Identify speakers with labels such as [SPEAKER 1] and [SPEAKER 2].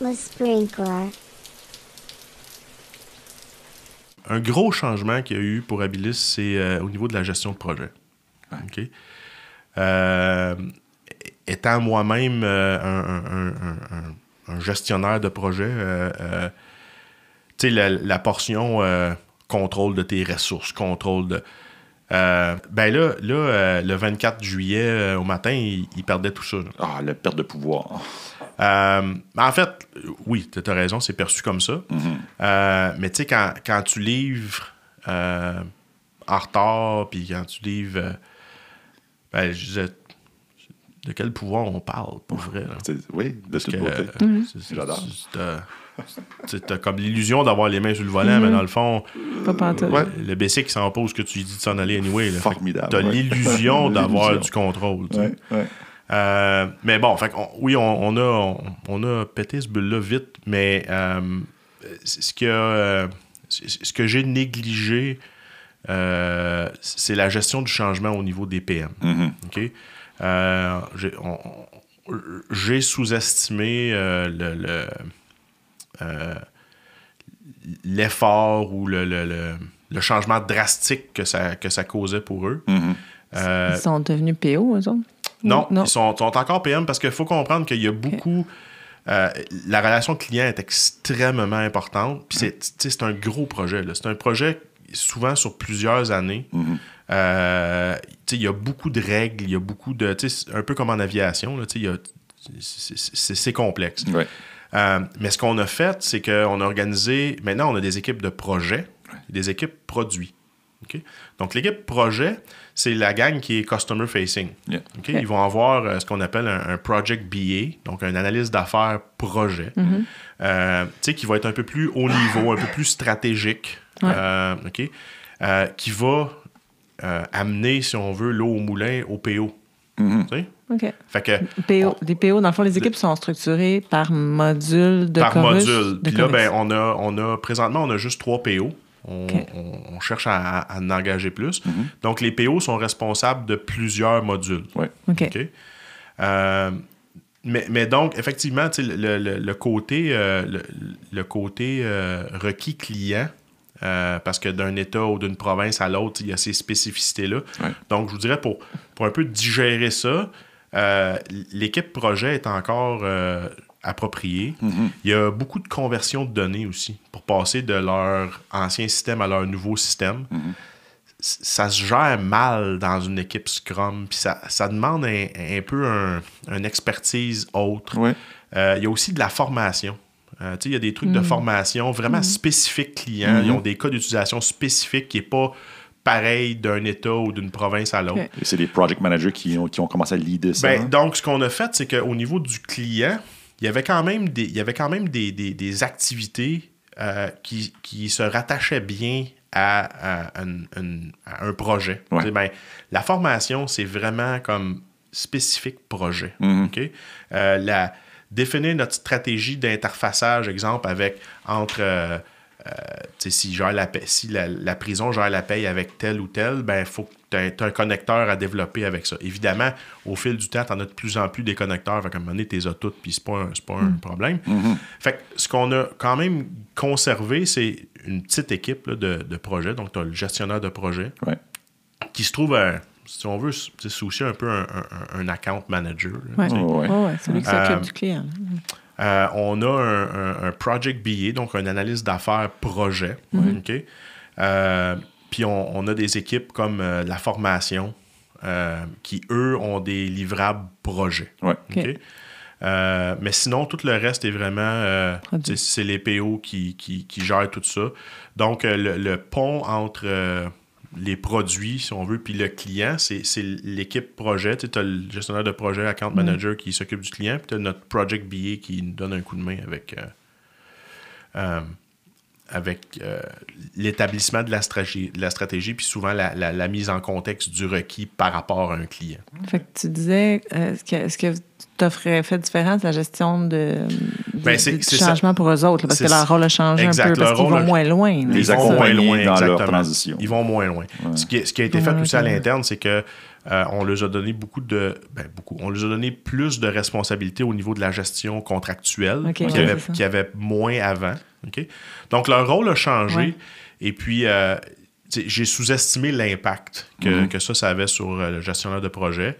[SPEAKER 1] le sprinkler.
[SPEAKER 2] Un gros changement qu'il y a eu pour Abilis, c'est euh, au niveau de la gestion de projet.
[SPEAKER 3] Ouais.
[SPEAKER 2] OK? Euh, étant moi-même euh, un, un- un- un- un gestionnaire de projet, euh, euh, tu sais, la, la portion euh, contrôle de tes ressources, contrôle de. Euh, ben là, là euh, le 24 juillet euh, au matin, il, il perdait tout ça. là.
[SPEAKER 3] Ah, la perte de pouvoir.
[SPEAKER 2] Euh, en fait, oui, tu as raison, c'est perçu comme ça.
[SPEAKER 3] Mhm.
[SPEAKER 2] Euh, mais tu sais, quand, quand tu livres euh, en retard, puis quand tu livres. euh, ben, je disais, de quel pouvoir on parle, pour vrai? là?
[SPEAKER 3] C'est- Oui, de toute
[SPEAKER 2] que,
[SPEAKER 3] beauté.
[SPEAKER 2] euh, c'est- c'est-
[SPEAKER 3] J'adore.
[SPEAKER 2] c'est, euh, c'est- T'as comme l'illusion d'avoir les mains sur le volant, mais dans le fond,
[SPEAKER 4] Pas pantoute.
[SPEAKER 2] le le basic s'en pose que tu lui dis de s'en aller anyway. là. Fait que
[SPEAKER 3] Formidable,
[SPEAKER 2] T'as
[SPEAKER 3] ouais.
[SPEAKER 2] l'illusion d'avoir
[SPEAKER 3] L'illusion.
[SPEAKER 2] du contrôle. tu sais.
[SPEAKER 3] Ouais, ouais.
[SPEAKER 2] Euh, mais bon, fait qu'on- oui, on, on a, on, on a pété ce bulle-là vite, mais euh, c- ce que, euh, c- ce que j'ai négligé, euh, c'est la gestion du changement au niveau des PM.
[SPEAKER 3] Mhm.
[SPEAKER 2] OK? Euh, j'ai- on- on- J'ai sous-estimé euh, le- le, euh, l'effort ou le, le- le- le changement drastique que ça, que ça causait pour eux.
[SPEAKER 3] Mhm.
[SPEAKER 2] Euh,
[SPEAKER 4] Ils sont devenus PO, eux autres?
[SPEAKER 2] non,
[SPEAKER 4] Non.
[SPEAKER 2] ils sont, sont encore PM parce qu'il faut comprendre qu'il y a beaucoup. euh, la relation client est extrêmement importante. Puis c'est, tu sais, c'est un gros projet. là. C'est un projet souvent sur plusieurs années.
[SPEAKER 3] Mhm.
[SPEAKER 2] Euh, tu sais, il y a beaucoup de règles, il y a beaucoup de. tu sais, c'est Un peu comme en aviation, là, tu sais, il y a- c'est, c'est- c'est complexe.
[SPEAKER 3] Ouais.
[SPEAKER 2] Euh, mais ce qu'on a fait, c'est qu'on a organisé. Maintenant, on a des équipes de projet, des équipes produits. OK? Donc, l'équipe projet, c'est la gang qui est customer facing.
[SPEAKER 3] Yeah.
[SPEAKER 2] OK? Ils vont avoir euh, ce qu'on appelle un, un project BA, donc un analyse d'affaires projet, euh, tu sais, qui va être un peu plus haut niveau, un peu plus stratégique,
[SPEAKER 4] Ouais.
[SPEAKER 2] euh, OK? Euh, qui va euh, amener, si on veut, l'eau au moulin au PO.
[SPEAKER 3] Mhm.
[SPEAKER 2] Tu sais?
[SPEAKER 4] OK.
[SPEAKER 2] Fait que
[SPEAKER 4] PO. Les PO, dans le fond, les équipes sont structurées par module de
[SPEAKER 2] par
[SPEAKER 4] chorus,
[SPEAKER 2] module.
[SPEAKER 4] de
[SPEAKER 2] Puis là,
[SPEAKER 4] chorus.
[SPEAKER 2] ben, on a, on a, présentement, on a juste trois PO. On,
[SPEAKER 4] OK. Mhm.
[SPEAKER 2] on- on cherche à, à en engager plus. Donc, les PO sont responsables de plusieurs modules.
[SPEAKER 3] Ouais.
[SPEAKER 4] OK.
[SPEAKER 2] OK. Euh, mais, mais donc, effectivement, tu sais, le, le- le côté, euh, le, le côté euh, requis client, euh, parce que d'un État ou d'une province à l'autre, il y a ces spécificités-là.
[SPEAKER 3] Ouais.
[SPEAKER 2] Donc, je vous dirais, pour, pour un peu digérer ça, euh, l'équipe projet est encore euh, appropriée. Il y a beaucoup de conversions de données aussi pour passer de leur ancien système à leur nouveau système ça se gère mal dans une équipe Scrum, puis ça, ça demande un, un peu un- une expertise autre.
[SPEAKER 3] Ouais.
[SPEAKER 2] Euh, Il y a aussi de la formation. Euh, tu sais, il y a des trucs de formation vraiment spécifiques clients. Ils ont des cas d'utilisation spécifiques qui n'est pas pareil d'un État ou d'une province à l'autre.
[SPEAKER 4] Ok.
[SPEAKER 3] Et c'est les project managers qui ont, qui ont commencé à leader ça.
[SPEAKER 2] Ben,
[SPEAKER 3] hein?
[SPEAKER 2] donc, ce qu'on a fait, c'est qu'au niveau du client, il y avait quand même des, il y avait quand même des, des- des activités euh, qui, qui se rattachaient bien à, à un, un- à un projet.
[SPEAKER 3] Ouais.
[SPEAKER 2] Tu sais, ben, la formation, c'est vraiment comme spécifique projet.
[SPEAKER 3] Mhm.
[SPEAKER 2] OK? Euh, la, définir notre stratégie d'interfaçage, exemple, avec entre. euh, euh, tu sais, si, gère la, paie- si la, la prison gère la paye avec tel ou tel, ben faut que tu aies un connecteur à développer avec ça. Évidemment, au fil du temps, tu en as de plus en plus des connecteurs. Fait qu'à un moment donné, tu les as toutes, puis c'est pas un, c'est pas un problème. Fait que ce qu'on a quand même conservé, c'est une petite équipe là, de, de projet. Donc, tu as le gestionnaire de projet
[SPEAKER 3] Ouais.
[SPEAKER 2] qui se trouve, euh, si on veut, c'est c'est aussi un peu un, un- un account manager. là,
[SPEAKER 4] Ouais. Oh,
[SPEAKER 2] tu sais.
[SPEAKER 3] Ouais.
[SPEAKER 4] Ouais, ouais, celui qui s'occupe
[SPEAKER 2] Euh,
[SPEAKER 4] du client. là.
[SPEAKER 2] Euh, on a un, un- un project BA, donc un analyse d'affaires projet. OK? Euh, puis on, on a des équipes comme euh, la formation euh, qui, eux, ont des livrables projets.
[SPEAKER 3] Ouais.
[SPEAKER 2] OK? Euh, mais sinon, tout le reste est vraiment. euh,
[SPEAKER 4] Produit.
[SPEAKER 2] c'est- c'est les PO qui, qui- qui gèrent tout ça. Donc, euh, le, le pont entre euh, les produits, si on veut, puis le client, c'est c'est l'équipe projet. Tu as le gestionnaire de projet, account manager qui s'occupe du client, puis tu as notre project BA qui nous donne un coup de main avec. euh, euh, avec euh, l'établissement de la stratégie, de la stratégie puis souvent la, la- la mise en contexte du requis par rapport à un client.
[SPEAKER 4] Fait que tu disais, euh, est-ce que, ce que tu offrais fait différence la gestion de, de-
[SPEAKER 2] Ben, c'est-
[SPEAKER 4] du
[SPEAKER 2] c'est
[SPEAKER 4] changement pour eux autres? là, parce que
[SPEAKER 2] c'est-
[SPEAKER 4] leur rôle a changé
[SPEAKER 2] exact,
[SPEAKER 4] un peu,
[SPEAKER 2] leur
[SPEAKER 4] parce qu'ils
[SPEAKER 2] rôle
[SPEAKER 4] vont
[SPEAKER 2] a-
[SPEAKER 4] moins loin. là,
[SPEAKER 3] Les
[SPEAKER 4] c'est ça.
[SPEAKER 3] accompagner dans leur transition.
[SPEAKER 2] Ils vont moins loin. Ce, qui, ce qui a été fait
[SPEAKER 4] Ouais,
[SPEAKER 2] aussi à
[SPEAKER 4] ouais.
[SPEAKER 2] l'interne, c'est que euh, on leur a donné beaucoup de. Ben, beaucoup. On leur a donné plus de responsabilités au niveau de la gestion contractuelle
[SPEAKER 4] Ok,
[SPEAKER 2] qu'il y,
[SPEAKER 4] ouais,
[SPEAKER 2] avait-
[SPEAKER 4] c'est ça.
[SPEAKER 2] qu'il y avait moins avant. ok? Donc, leur rôle a changé.
[SPEAKER 4] Ouais.
[SPEAKER 2] Et puis,
[SPEAKER 3] Mm-hmm.
[SPEAKER 2] euh, tu sais, j'ai sous-estimé l'impact que, que ça, ça avait sur euh, le gestionnaire de projet.